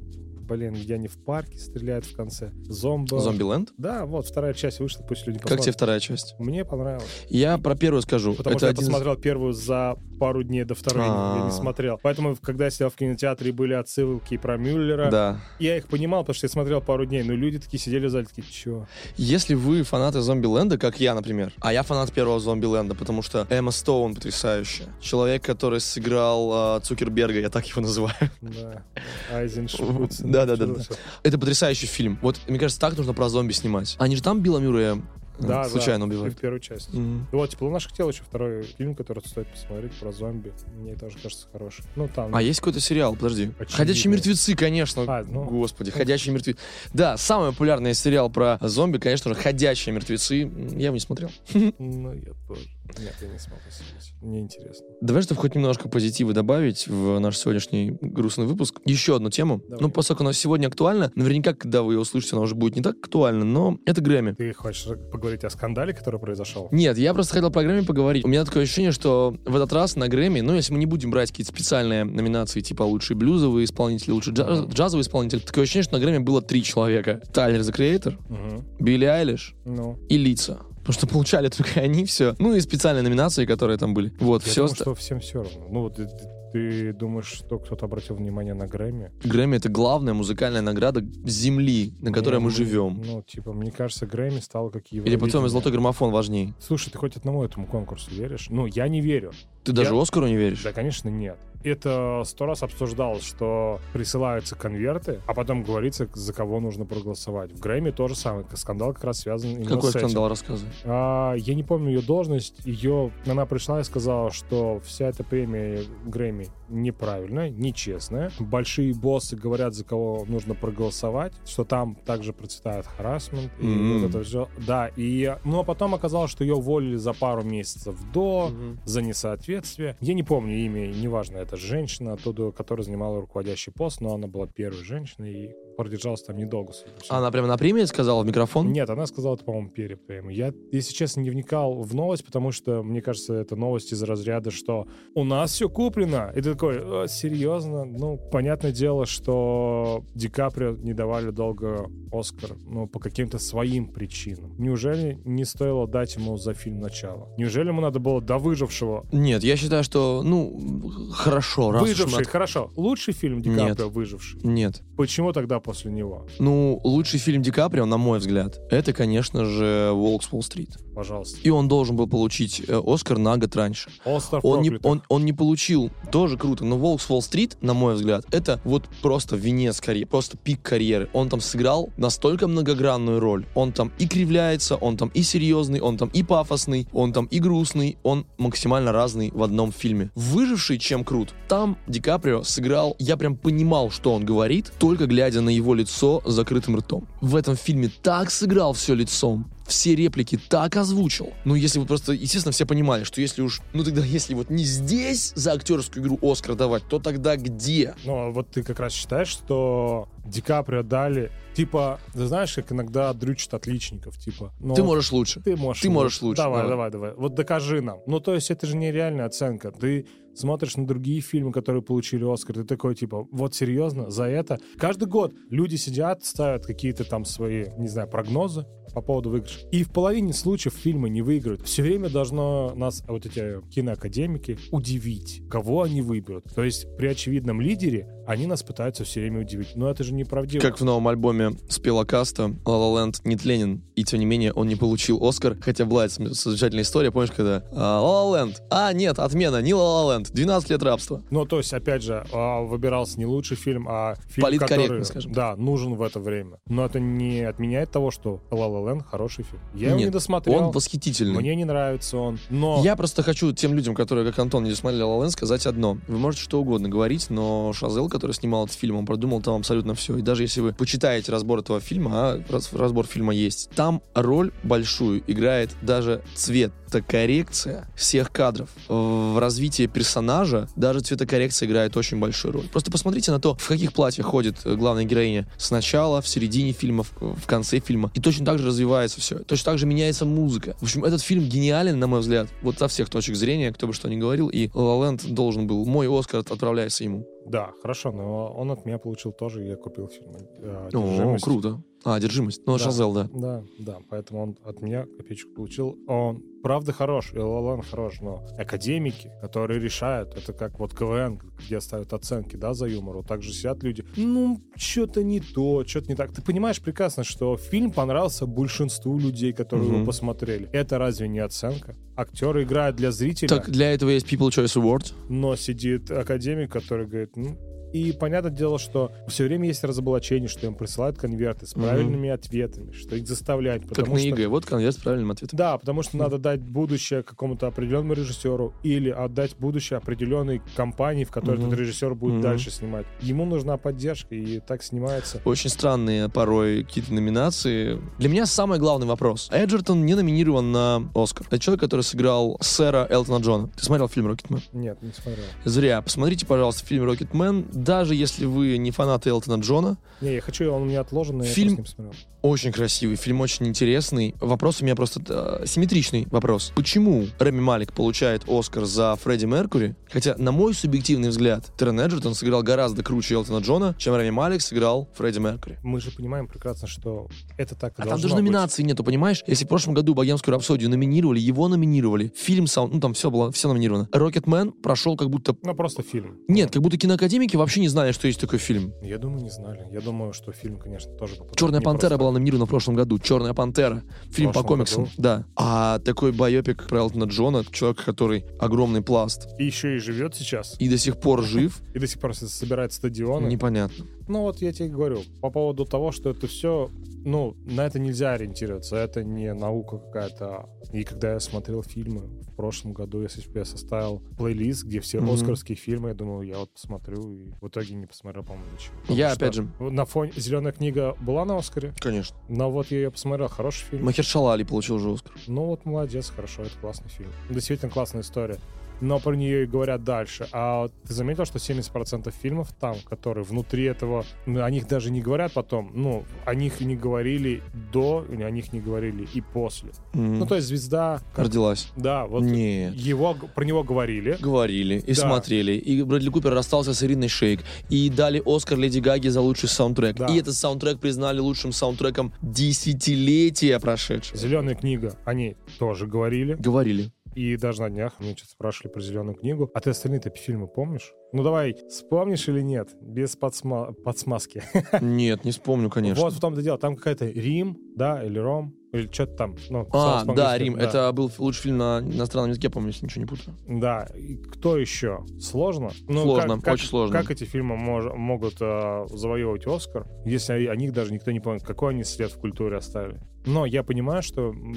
S3: Блин, где они в парке стреляют в конце. Зомбо.
S2: Зомбиленд?
S3: Да, вот, вторая часть вышла, пусть люди
S2: Как тебе
S3: посмотрят.
S2: вторая часть?
S3: Мне понравилось.
S2: Я про первую скажу.
S3: Потому
S2: это
S3: что я
S2: один из-
S3: посмотрел первую за пару дней до второй, я
S2: А.
S3: не смотрел. Поэтому, когда я сидел в кинотеатре, были отсылки про Мюллера.
S2: Да.
S3: Я их понимал, потому что я смотрел пару дней, но люди такие сидели в зале, такие, чё?
S2: Если вы фанаты Зомбиленда, как я, например, а я фанат первого Зомбиленда, потому что Эмма Стоун потрясающая. Человек, который сыграл э, Цукерберга, я так его называю.
S3: Да. Айзеншпуцен.
S2: Да-да-да.
S3: Чё за-
S2: Это потрясающий фильм. Вот, мне кажется, так нужно про зомби снимать. Они же там Билла Мюррея э,
S3: Да,
S2: случайно
S3: да,
S2: убивают.
S3: В первую часть.
S2: Мгм.
S3: И Вот, тепло наших тел еще второй фильм, который стоит посмотреть про зомби. Мне тоже кажется хороший. Ну там.
S2: А есть какой-то сериал, подожди.
S3: Очевидно.
S2: Ходячие мертвецы, конечно.
S3: А, ну.
S2: Господи, ходячие мертвецы. Да, самый популярный сериал про зомби, конечно же, ходячие мертвецы. М, Я его не смотрел.
S3: Ну, я тоже. Нет, я не смогу смотреть. Мне интересно.
S2: Давай, чтобы хоть немножко позитива добавить в наш сегодняшний грустный выпуск, еще одну тему.
S3: Давай.
S2: Ну, поскольку она сегодня актуальна, наверняка, когда вы ее услышите, она уже будет не так актуальна, но это Грэмми.
S3: Ты хочешь поговорить о скандале, который произошел?
S2: Нет, я просто хотел про Грэмми поговорить. У меня такое ощущение, что в этот раз на Грэмми, ну, если мы не будем брать какие-то специальные номинации, типа лучший блюзовый исполнитель, лучший джа- джазовый исполнитель, такое ощущение, что на Грэмми было три человека. Тайлер, The Creator, Билли Айлиш
S3: Ну,
S2: и Лица. Потому что получали только они все. Ну и специальные номинации, которые там были. Вот,
S3: я
S2: все.
S3: думаю, что всем все равно. Ну, вот ты, ты- ты думаешь, что кто-то обратил внимание на Грэмми?
S2: Грэмми это главная музыкальная награда земли, на которой
S3: Мне-
S2: мы живем.
S3: Ну, типа, мне кажется, Грэмми стал как его.
S2: Или потом и золотой граммофон важнее.
S3: Слушай, ты хоть одному этому конкурсу веришь? Ну, я не верю.
S2: Ты даже
S3: Я-
S2: Оскару не веришь?
S3: Да, конечно, нет. Это сто раз обсуждалось, что присылаются конверты, а потом говорится, за кого нужно проголосовать. В Грэмми тоже самое. Скандал как раз связан именно
S2: Какой
S3: с этим.
S2: скандал рассказывай?
S3: А, я не помню ее должность. Ее она пришла и сказала, что вся эта премия Грэмми неправильная, нечестная. Большие боссы говорят, за кого нужно проголосовать, что там также процветает харасмент. И
S2: Мгм.
S3: вот это всё. Да, и... Но потом оказалось, что ее уволили за пару месяцев до за несоответствие. Я не помню имя, и неважно, это женщина оттуда, которая занимала руководящий пост, но она была первой женщиной и продержалась там недолго. судя по всему.
S2: Она прямо на премии сказала в микрофон?
S3: Нет, она сказала это, по-моему, перед премией. Я, если честно, не вникал в новость, потому что, мне кажется, это новость из разряда, что у нас все куплено. И ты такой, «Э, серьезно? Ну, понятное дело, что Ди Каприо не давали долго Оскар, ну, по каким-то своим причинам. Неужели не стоило дать ему за фильм начало? Неужели ему надо было до выжившего
S2: Нет, я считаю, что, ну, хорошо, раз уж мы
S3: Выживший,
S2: от-
S3: хорошо. Лучший фильм Ди
S2: Нет.
S3: Каприо «Выживший».
S2: Нет.
S3: Почему тогда после него?
S2: Ну, лучший фильм Ди Каприо, на мой взгляд, это, конечно же, «Волк с Уолл-стрит».
S3: Пожалуйста.
S2: И он должен был получить э, Оскар на год раньше.
S3: «Остров
S2: Он не,
S3: проклятых».
S2: он, он не получил, тоже круто, но «Волк с Уолл-стрит», на мой взгляд, это вот просто венец карьеры, просто пик карьеры. Он там сыграл настолько многогранную роль. Он там и кривляется, он там и серьезный, он там и пафосный, он там и грустный, он максимально разный в одном фильме. «Выживший» чем крут? Там Ди Каприо сыграл, я прям понимал, что он говорит, только глядя на его лицо с закрытым ртом. В этом фильме так сыграл все лицом, все реплики так озвучил. Ну, если вот просто, естественно, все понимали, что если уж, ну тогда, если вот не здесь за актерскую игру Оскар давать, то тогда где?
S3: Ну, а вот ты как раз считаешь, что Ди Каприо дали, типа, ты знаешь, как иногда дрючат отличников, типа. ну,
S2: Ты можешь лучше.
S3: Ты можешь.
S2: ты можешь лучше,
S3: Давай,
S2: давай.
S3: давай, давай. Вот докажи нам. Ну, то есть это же нереальная оценка. Ты смотришь на другие фильмы, которые получили Оскар, ты такой, типа, вот серьезно, за это? Каждый год люди сидят, ставят какие-то там свои, не знаю, прогнозы по поводу выигрыша. И в половине случаев фильмы не выиграют. Все время должно нас, вот эти киноакадемики, удивить, кого они выберут. То есть при очевидном лидере они нас пытаются все время удивить. Но это же неправдиво.
S2: Как в новом альбоме спела Каста «La La Land» нет Ленин, и тем не менее он не получил Оскар, хотя была эта см- замечательная история, помнишь, когда а, «La La Land», а нет, отмена, не «La La Land», 12 лет рабства.
S3: Ну, то есть, опять же, а, выбирался не лучший фильм, а фильм,
S2: Политкорректно,
S3: который
S2: скажем.
S3: да, нужен в это время. Но это не отменяет того, что «Ла Ла Ленд» хороший фильм. Я его
S2: Нет,
S3: не досмотрел,
S2: Он восхитительный.
S3: мне не нравится он, но...
S2: Я просто хочу тем людям, которые, как Антон, не смотрели «La La Land», сказать одно. Вы можете что угодно говорить, но Шазел, который снимал этот фильм, он продумал там абсолютно все. И даже если вы почитаете разбор этого фильма, а раз- разбор фильма есть, там роль большую играет даже цветокоррекция всех кадров. В развитии персонажа даже цветокоррекция играет очень большую роль. Просто посмотрите на то, в каких платьях ходит э, главная героиня с начала, в середине фильма, в- в конце фильма. И точно так же развивается все. Точно так же меняется музыка. В общем, этот фильм гениален, на мой взгляд, вот со всех точек зрения, кто бы что ни говорил. И Лоланд должен был. Мой Оскар отправляется ему.
S3: Да, хорошо, но он от меня получил тоже, я купил фильм. э,
S2: О,
S3: «Одержимость».
S2: круто. А, одержимость. Ну,
S3: Да.
S2: Шазел, да.
S3: Да, да, поэтому он от меня копеечку получил. Он правда хорош, и Лолан хорош, но академики, которые решают, это как вот КВН, где ставят оценки, да, за юмор, вот так же сидят люди. Ну, что-то не то, что-то не так. Ты понимаешь прекрасно, что фильм понравился большинству людей, которые
S2: Мгм.
S3: его посмотрели. Это разве не оценка? Актеры играют для зрителя,
S2: Так, для этого есть People Choice Award.
S3: но сидит академик, который говорит, ну... И понятное дело, что все время есть разоблачение, что им присылают конверты с
S2: Мгм.
S3: правильными ответами, что их заставляют.
S2: Как
S3: потому
S2: на
S3: что-
S2: ЕГЭ. Вот конверт с правильным ответом.
S3: да, потому что
S2: Мгм.
S3: надо дать будущее какому-то определенному режиссеру или отдать будущее определенной компании, в которой
S2: Мгм.
S3: этот режиссер будет
S2: Мгм.
S3: дальше снимать. Ему нужна поддержка, и так снимается.
S2: Очень странные порой какие-то номинации. Для меня самый главный вопрос. Эджертон не номинирован на Оскар. Это человек, который сыграл сэра Элтона Джона. Ты смотрел фильм «Рокетмен»?
S3: Нет, не смотрел.
S2: Зря. Посмотрите, пожалуйста, фильм «Рокетмен». Даже если вы не фанаты Элтона Джона,
S3: Не, я хочу, он у меня отложен, но
S2: Фильм-
S3: я просто не посмотрел.
S2: очень красивый, фильм очень интересный. Вопрос у меня просто э, симметричный вопрос. Почему Реми Малик получает Оскар за Фредди Меркури? Хотя, на мой субъективный взгляд, Терен Эджертон сыграл гораздо круче Элтона Джона, чем Реми Малик сыграл Фредди Меркури.
S3: Мы же понимаем прекрасно, что это так и
S2: А там
S3: должно
S2: даже
S3: быть.
S2: номинации нету, понимаешь? Если в прошлом году «Богемскую рапсодию» номинировали, его номинировали, фильм сам, ну там все было, все номинировано. «Рокетмен» прошел как будто...
S3: Ну, просто фильм.
S2: Нет, как будто киноакадемики вообще не знали, что есть такой фильм.
S3: Я думаю, не знали. Я думаю, что фильм, конечно, тоже попадает.
S2: «Черная
S3: не
S2: пантера»
S3: просто.
S2: была номинирована в прошлом году. «Черная пантера». Фильм
S3: В
S2: по
S3: прошлом
S2: комиксам.
S3: году?
S2: Да. А такой байопик про Элтона Джона, человек, который огромный пласт
S3: И еще и живет сейчас. И,
S2: и до сих пор жив,
S3: до сих пор собирает стадионы.
S2: непонятно.
S3: Ну вот я тебе и говорю, по поводу того, что это все, ну, на это нельзя ориентироваться, это не наука какая-то. И когда я смотрел фильмы в прошлом году, если бы я составил плейлист, где все
S2: Мгм.
S3: оскарские фильмы, я думал, я вот посмотрю, и в итоге не посмотрел, по-моему, ничего. Потому
S2: Я,
S3: что
S2: опять же...
S3: На фоне «Зеленая книга» была на Оскаре,
S2: Конечно.
S3: но вот я ее посмотрел, хороший фильм.
S2: Махершала Али получил же Оскар.
S3: Ну вот молодец, хорошо, это классный фильм. Действительно классная история. Но про нее и говорят дальше. А ты заметил, что 70% фильмов там, которые внутри этого, ну, о них даже не говорят потом. Ну, о них не говорили до, и о них не говорили и после.
S2: М.
S3: Ну, то есть звезда, как-
S2: Родилась.
S3: да, вот
S2: Нет.
S3: его, г- про него говорили.
S2: говорили и
S3: Да.
S2: смотрели. И Брэдли Купер расстался с Ириной Шейк. И дали Оскар Леди Гаги за лучший саундтрек.
S3: Да.
S2: И этот саундтрек признали лучшим саундтреком десятилетия прошедшего.
S3: Зеленая книга, они тоже говорили.
S2: Говорили.
S3: И даже на днях меня что-то спрашивали про зеленую книгу. А ты остальные-то фильмы помнишь? Ну давай, вспомнишь или нет? Без подсма- подсмазки.
S2: Нет, не вспомню, конечно.
S3: Вот в том-то и дело. Там какая-то Рим, да, или Ром, или что-то там. Ну,
S2: А,
S3: писалось
S2: да,
S3: по-английски,
S2: Рим.
S3: да.
S2: Это был лучший фильм на иностранном языке, помню, если ничего не путаю.
S3: Да. И кто еще? Сложно? Ну,
S2: Сложно, очень сложно.
S3: Как эти фильмы мож- могут э, завоевывать Оскар, если о, о них даже никто не помнит, какой они след в культуре оставили? Но я понимаю, что м,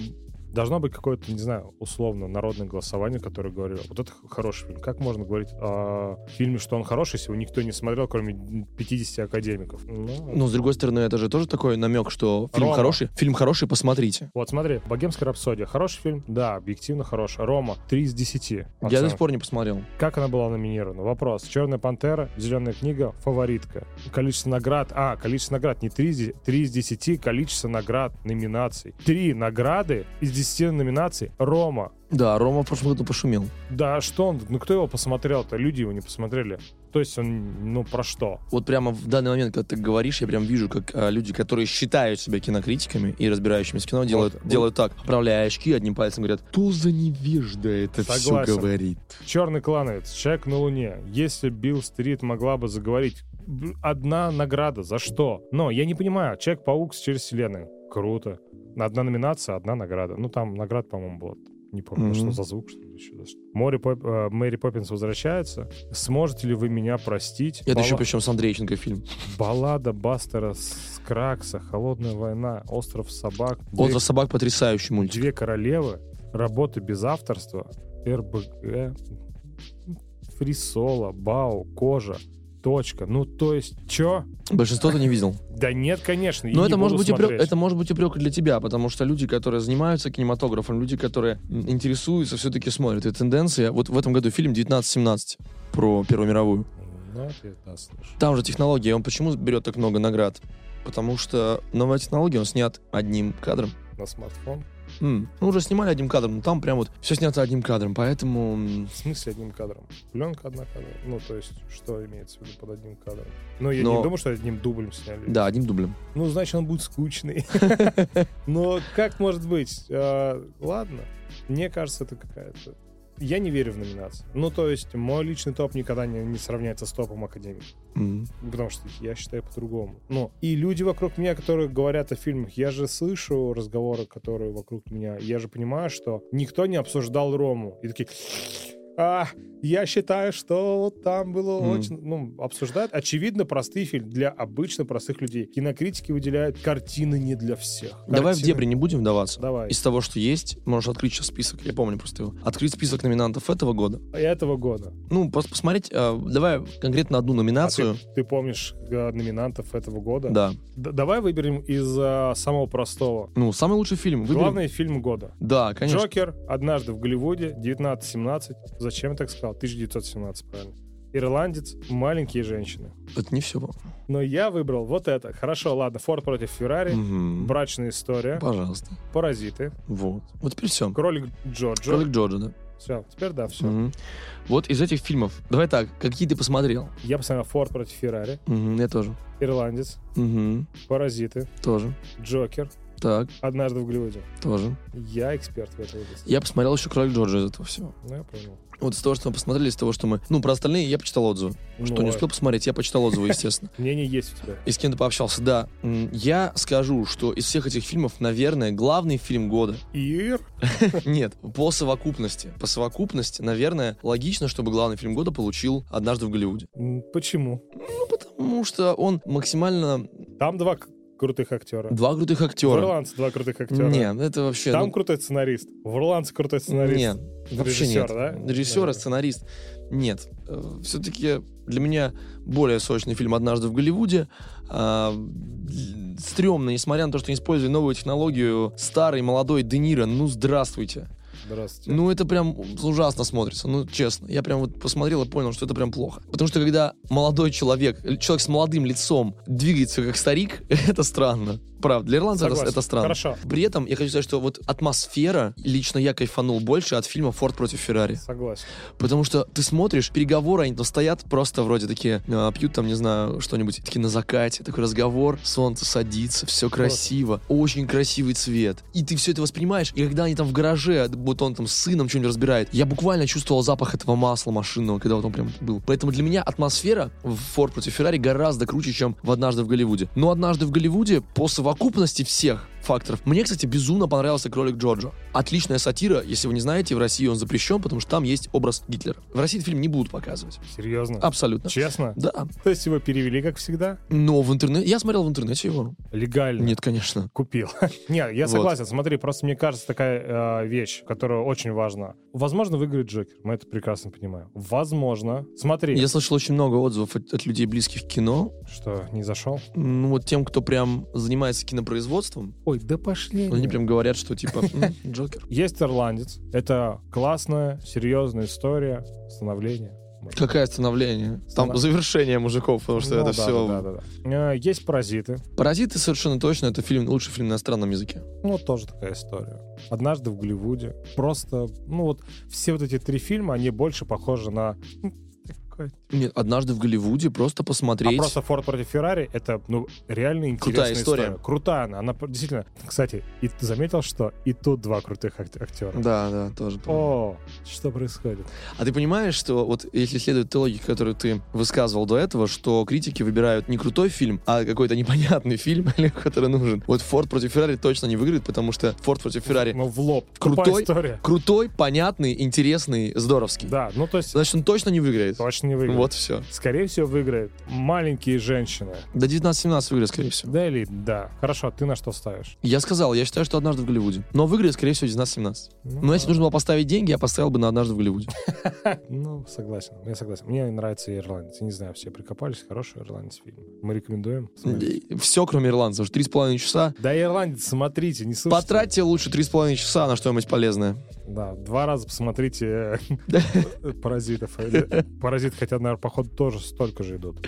S3: Должно быть какое-то, не знаю, условно народное голосование, которое говорило, вот это хороший фильм. Как можно говорить о фильме, что он хороший, если его никто не смотрел, кроме 50 академиков? Ну,
S2: Ну, с другой стороны, это же тоже такой намек, что фильм
S3: Рома.
S2: хороший, фильм хороший, посмотрите.
S3: Вот смотри, «Богемская рапсодия» хороший фильм? Да, объективно хороший. «Рома» 3 из 10.
S2: Я
S3: пацаны.
S2: до сих пор не посмотрел.
S3: Как она была номинирована? Вопрос. «Черная пантера», «Зеленая книга», «Фаворитка». Количество наград... А, количество наград не 3 из, де- три из 10, количество наград, номинаций. Три награды из 10 номинаций «Рома».
S2: Да, Рома в прошлом году пошумел.
S3: Да что он... Ну кто его посмотрел-то? Люди его не посмотрели. То есть он... Ну про что?
S2: Вот прямо в данный момент, когда ты говоришь, я прям вижу, как а, люди, которые считают себя кинокритиками и разбирающимися в кино, делают,
S3: Вот.
S2: делают так, поправляя очки, одним пальцем говорят, то за невежда это все
S3: Согласен.
S2: говорит.
S3: Черный клановец, человек на Луне. Если Билл Стрит могла бы заговорить, б- одна награда, за что? Но я не понимаю, Человек-паук с через вселенную. Круто. Одна номинация, одна награда. Ну, там наград, по-моему, было. Не помню,
S2: Мгм.
S3: что за звук, что ли, еще. даже. Море Поп- э, Мэри Поппинс возвращается. Сможете ли вы меня простить?
S2: Это еще
S3: Бала-
S2: причем с Андрейченко фильм.
S3: Баллада Бастера с Кракса, Холодная война, Остров собак. Две-
S2: «Отрасль собак» потрясающий мультик.
S3: Две королевы, работы без авторства, РБГ, фрисола, бау, кожа, точка. Ну, то есть, чё?
S2: Большинство ты не видел.
S3: Да нет, конечно, и
S2: Но
S3: не
S2: это может,
S3: буду
S2: быть упрек,
S3: смотреть.
S2: это может быть упрек и для тебя, потому что люди, которые занимаются кинематографом, люди, которые м, интересуются, все-таки смотрят. И тенденция... Вот в этом году фильм «1917» про Первую мировую.
S3: Ну, ты, да, слушай.
S2: Там же технология. Он почему берет так много наград? Потому что новая технология, он снят одним кадром.
S3: На смартфон?
S2: М, Ну, уже снимали одним кадром, но там прям вот все снято одним кадром, поэтому... м,
S3: В смысле одним кадром? Пленка одна кадр. Ну, то есть, что имеется в виду под одним кадром? Ну, я
S2: Но-
S3: не думаю, что одним дублем сняли.
S2: Да, одним дублем.
S3: Ну, значит, он будет скучный. Но как может быть? А, Ладно. Мне кажется, это какая-то... Я не верю в номинации. Ну, то есть, мой личный топ никогда не, не сравняется с топом Академии.
S2: М.
S3: Ну, Потому что я считаю по-другому. Ну, и люди вокруг меня, которые говорят о фильмах, я же слышу разговоры, которые вокруг меня. Я же понимаю, что никто не обсуждал Рому. И такие... А, я считаю, что вот там было
S2: Мгм.
S3: очень... Ну, обсуждают, очевидно, простые фильмы для обычно простых людей. Кинокритики выделяют картины не для всех.
S2: Давай в
S3: Картины-
S2: дебри не будем вдаваться.
S3: Давай.
S2: Из того, что есть, можешь открыть сейчас список, я помню просто его. Открыть список номинантов этого года.
S3: Этого года.
S2: Ну, просто посмотреть, э, давай конкретно одну
S3: А ты-
S2: номинацию.
S3: ты, помнишь э, номинантов этого года?
S2: Да.
S3: Д- давай выберем из э, самого простого.
S2: Ну, самый лучший фильм. Выберем.
S3: Главный фильм года.
S2: Да, конечно.
S3: Джокер, однажды в Голливуде, 1917. Зачем я так сказал? 1917, правильно. Ирландец, маленькие женщины.
S2: Это не все.
S3: Но я выбрал вот это. Хорошо, ладно, Форд против Феррари, брачная история,
S2: Пожалуйста.
S3: паразиты,
S2: Вот. Вот теперь все.
S3: кролик Джорджо.
S2: Кролик Джорджа, да.
S3: Все, теперь да, все.
S2: Мгм. Вот из этих фильмов. Давай так, какие ты посмотрел?
S3: Я посмотрел Форд против Феррари,
S2: Мгм, я тоже.
S3: Ирландец,
S2: Мгм,
S3: паразиты,
S2: тоже.
S3: Джокер,
S2: Так,
S3: однажды в Голливуде.
S2: тоже.
S3: Я эксперт в этой области.
S2: Я посмотрел еще Кролик Джорджа из этого всего.
S3: Ну, я понял.
S2: Вот из того, что мы посмотрели, из того, что мы... Ну, про остальные я почитал отзывы. А Что
S3: Ну,
S2: не успел посмотреть, я почитал отзывы, естественно.
S3: Мнение есть у тебя.
S2: И с кем-то пообщался, да. М, Я скажу, что из всех этих фильмов, наверное, главный фильм года
S3: Ир.
S2: Нет, по совокупности. По совокупности, наверное, логично, чтобы главный фильм года получил «Однажды в Голливуде».
S3: М, Почему?
S2: Ну, потому что он максимально...
S3: Там два к- крутых актера.
S2: Два крутых
S3: В
S2: актера.
S3: Ирландце два крутых актера.
S2: Нет, это вообще...
S3: Там
S2: ну,
S3: крутой сценарист. В Ирландце крутой сценарист.
S2: Нет, вообще
S3: Режиссер,
S2: нет.
S3: да?
S2: Режиссер,
S3: Наверное.
S2: сценарист. Нет. Все-таки для меня более сочный фильм «Однажды в Голливуде». А, л- Стрёмно, несмотря на то, что использовали новую технологию, старый, молодой Де Ниро, ну здравствуйте.
S3: Здравствуйте.
S2: Ну, это прям ужасно смотрится, ну, честно. Я прям вот посмотрел и понял, что это прям плохо. Потому что, когда молодой человек, э, человек с молодым лицом двигается как старик, это странно. Правда, для ирландца это,
S3: Согласен.
S2: это странно.
S3: Хорошо.
S2: При этом я хочу сказать, что вот атмосфера, лично я кайфанул больше от фильма «Форд против Феррари».
S3: Согласен.
S2: Потому что ты смотришь, переговоры, они там стоят просто вроде такие, а, пьют там, не знаю, что-нибудь, такие на закате, такой разговор, солнце садится, все красиво, очень красивый цвет. И ты все это воспринимаешь, и когда они там в гараже, вот он там с сыном что-нибудь разбирает, я буквально чувствовал запах этого масла машинного, когда вот он прям был. Поэтому для меня атмосфера в Форд против Феррари гораздо круче, чем в «Однажды в Голливуде». Но «Однажды в Голливуде» по совокупности всех факторов. Мне, кстати, безумно понравился кролик Джорджо. Отличная сатира. Если вы не знаете, в России он запрещен, потому что там есть образ Гитлера. В России этот фильм не будут показывать.
S3: Серьезно?
S2: Абсолютно.
S3: Честно?
S2: А, Да.
S3: То есть его перевели, как всегда?
S2: Но в интернете... Я смотрел в интернете его.
S3: Легально?
S2: Нет, конечно.
S3: Купил. Не, я
S2: Вот.
S3: согласен. Смотри, просто мне кажется такая э, вещь, которая очень важна. Возможно, выиграет Джокер. Мы это прекрасно понимаем. Возможно. Смотри,
S2: Я слышал очень много отзывов от, от людей, близких к кино.
S3: что не зашел.
S2: Ну, вот тем, кто прям занимается кинопроизводством,
S3: Ой, да пошли.
S2: они прям говорят, что типа «М, Джокер.
S3: Есть «Ирландец». Это классная, серьезная история становления. может.
S2: Какое становление?
S3: Стана-
S2: Там завершение мужиков, потому что
S3: Ну
S2: это
S3: да,
S2: все...
S3: да, да, да. Э, Есть «Паразиты».
S2: Паразиты совершенно точно, это фильм, лучший фильм на иностранном языке.
S3: Ну, вот тоже такая история. Однажды в Голливуде. Просто, ну вот, все вот эти три фильма, они больше похожи на... ну, такой
S2: Нет, однажды в Голливуде просто
S3: А
S2: посмотреть.
S3: просто Форд против Феррари это ну реально интересная
S2: Крутая история.
S3: Крутая она, она действительно. Кстати, и ты заметил, что и тут два крутых ак- актера.
S2: Да, да, тоже. помню.
S3: О, что происходит?
S2: А ты понимаешь, что вот если следует той логике, которую ты высказывал до этого, что критики выбирают не крутой фильм, а какой-то непонятный фильм, который нужен. Вот Форд против Феррари точно не выиграет, потому что Форд против Феррари
S3: Ну в лоб.
S2: Крутой?
S3: Крутая история.
S2: крутой, понятный, интересный, здоровский.
S3: Да, ну то есть
S2: Значит, он точно не выиграет.
S3: точно не выиграет.
S2: Вот все.
S3: Скорее всего выиграет маленькие женщины.
S2: До 19-17 выиграет, скорее всего.
S3: Да или да. Хорошо, а ты на что ставишь?
S2: Я сказал, я считаю, что однажды в Голливуде. Но выиграет, скорее всего, 19-17.
S3: Ну,
S2: Но если нужно было поставить деньги, я поставил бы на однажды в Голливуде.
S3: ну, согласен, я согласен. Мне нравится «Ирландец». Я не знаю, все прикопались. Хороший «Ирландец» фильм. Мы рекомендуем. смотреть.
S2: Все, кроме ирландцев. Три с половиной часа.
S3: Да, «Ирландец», смотрите, не слушайте.
S2: Потратьте лучше три с половиной часа на что-нибудь полезное.
S3: Да, два раза посмотрите э, «Паразитов». Или «Паразит», хотя, наверное, походу тоже столько же идут.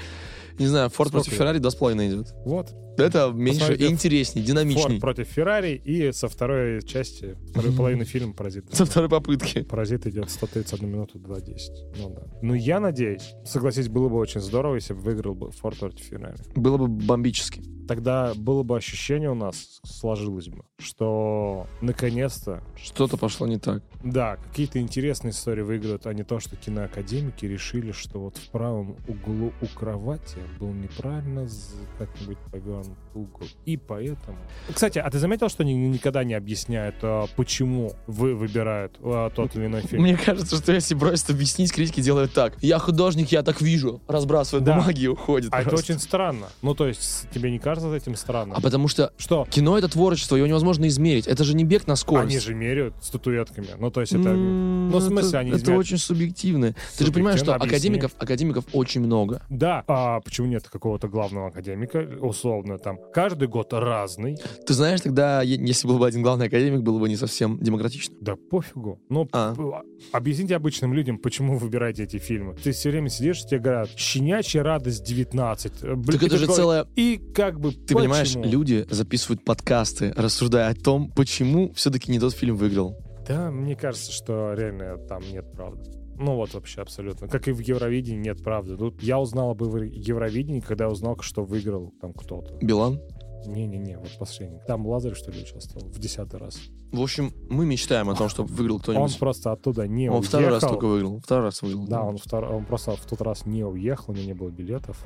S2: Не знаю, Форд
S3: Сколько
S2: против
S3: я?
S2: Феррари два с половиной идет.
S3: Вот,
S2: Это меньше
S3: Посмотрите,
S2: и интереснее,
S3: «Форд
S2: динамичней.
S3: против Феррари» и со второй части, второй половины фильма «Паразит».
S2: Со второй попытки.
S3: «Паразит» идет 131 минуту 2.10. Ну да. Ну я надеюсь, согласись, было бы очень здорово, если бы выиграл бы «Форд против Феррари».
S2: Было бы бомбически.
S3: Тогда было бы ощущение у нас, сложилось бы, что наконец-то
S2: Что-то пошло не так.
S3: Да, какие-то интересные истории выиграют, а не то, что киноакадемики решили, что вот в правом углу у кровати был неправильно з- как-нибудь повернут угол. И поэтому... Кстати, а ты заметил, что они никогда не объясняют, а, почему вы выбирают а, тот или иной фильм?
S2: Мне кажется, что если бросить объяснить, критики делают так. Я художник, я так вижу. Разбрасывает
S3: Да.
S2: бумаги и уходит.
S3: А это
S2: просто.
S3: очень странно. Ну, то есть, с- тебе не кажется этим странным?
S2: А потому что
S3: Что?
S2: кино — это творчество, его невозможно измерить. Это же не бег на скорость.
S3: Они же меряют статуэтками. Ну, то есть, это...
S2: М,
S3: Ну, в смысле, они
S2: это
S3: измеряют?
S2: очень субъективно. Ты же понимаешь, что
S3: Субъективно, объясни.
S2: академиков, академиков очень много.
S3: Да, а почему нет какого-то главного академика, условно, там, каждый год разный,
S2: Ты знаешь, тогда, е- если был бы один главный академик, было бы не совсем демократично.
S3: Да пофигу. Ну,
S2: А.
S3: п- объясните обычным людям, почему вы выбираете эти фильмы. Ты все время сидишь, и тебе говорят, «Щенячья радость 19». Э, блин,
S2: так
S3: и
S2: это же
S3: такой,
S2: целое...
S3: И как бы
S2: Ты понимаешь,
S3: почему?
S2: люди записывают подкасты, рассуждая о том, почему все-таки не тот фильм выиграл.
S3: Да, мне кажется, что реально там нет правды. Ну вот вообще абсолютно. Как и в Евровидении нет правды. Тут я узнал об Евро- Евровидении, когда я узнал, что выиграл там кто-то.
S2: Билан.
S3: Не-не-не, вот последний. Там Лазарь, что ли, участвовал в десятый раз.
S2: В общем, мы мечтаем о том, чтобы выиграл
S3: Он
S2: кто-нибудь.
S3: просто оттуда не
S2: Он,
S3: уехал.
S2: второй раз только выиграл. Второй раз выиграл.
S3: Да, он, втор- он просто в тот раз не уехал, у него не было билетов.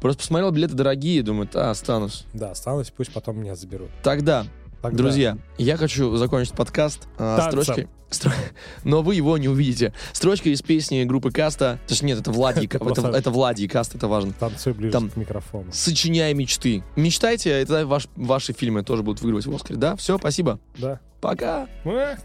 S2: Просто посмотрел, билеты дорогие, думает, а, останусь.
S3: Да, осталось, пусть потом меня заберут.
S2: Тогда
S3: Тогда-
S2: Друзья, я хочу закончить подкаст а,
S3: Танцем.
S2: строчкой. стро- Но вы его не увидите. Строчка из песни группы Каста. Точнее, нет, это Влади.
S3: Это
S2: Это,
S3: просто-
S2: это Влади и Каст, это важно.
S3: Танцуй ближе
S2: Там-
S3: к микрофону.
S2: Сочиняй мечты. Мечтайте, это ваш, ваши фильмы тоже будут выигрывать в Оскаре. Да, все, спасибо.
S3: Да.
S2: Пока.
S3: Эх,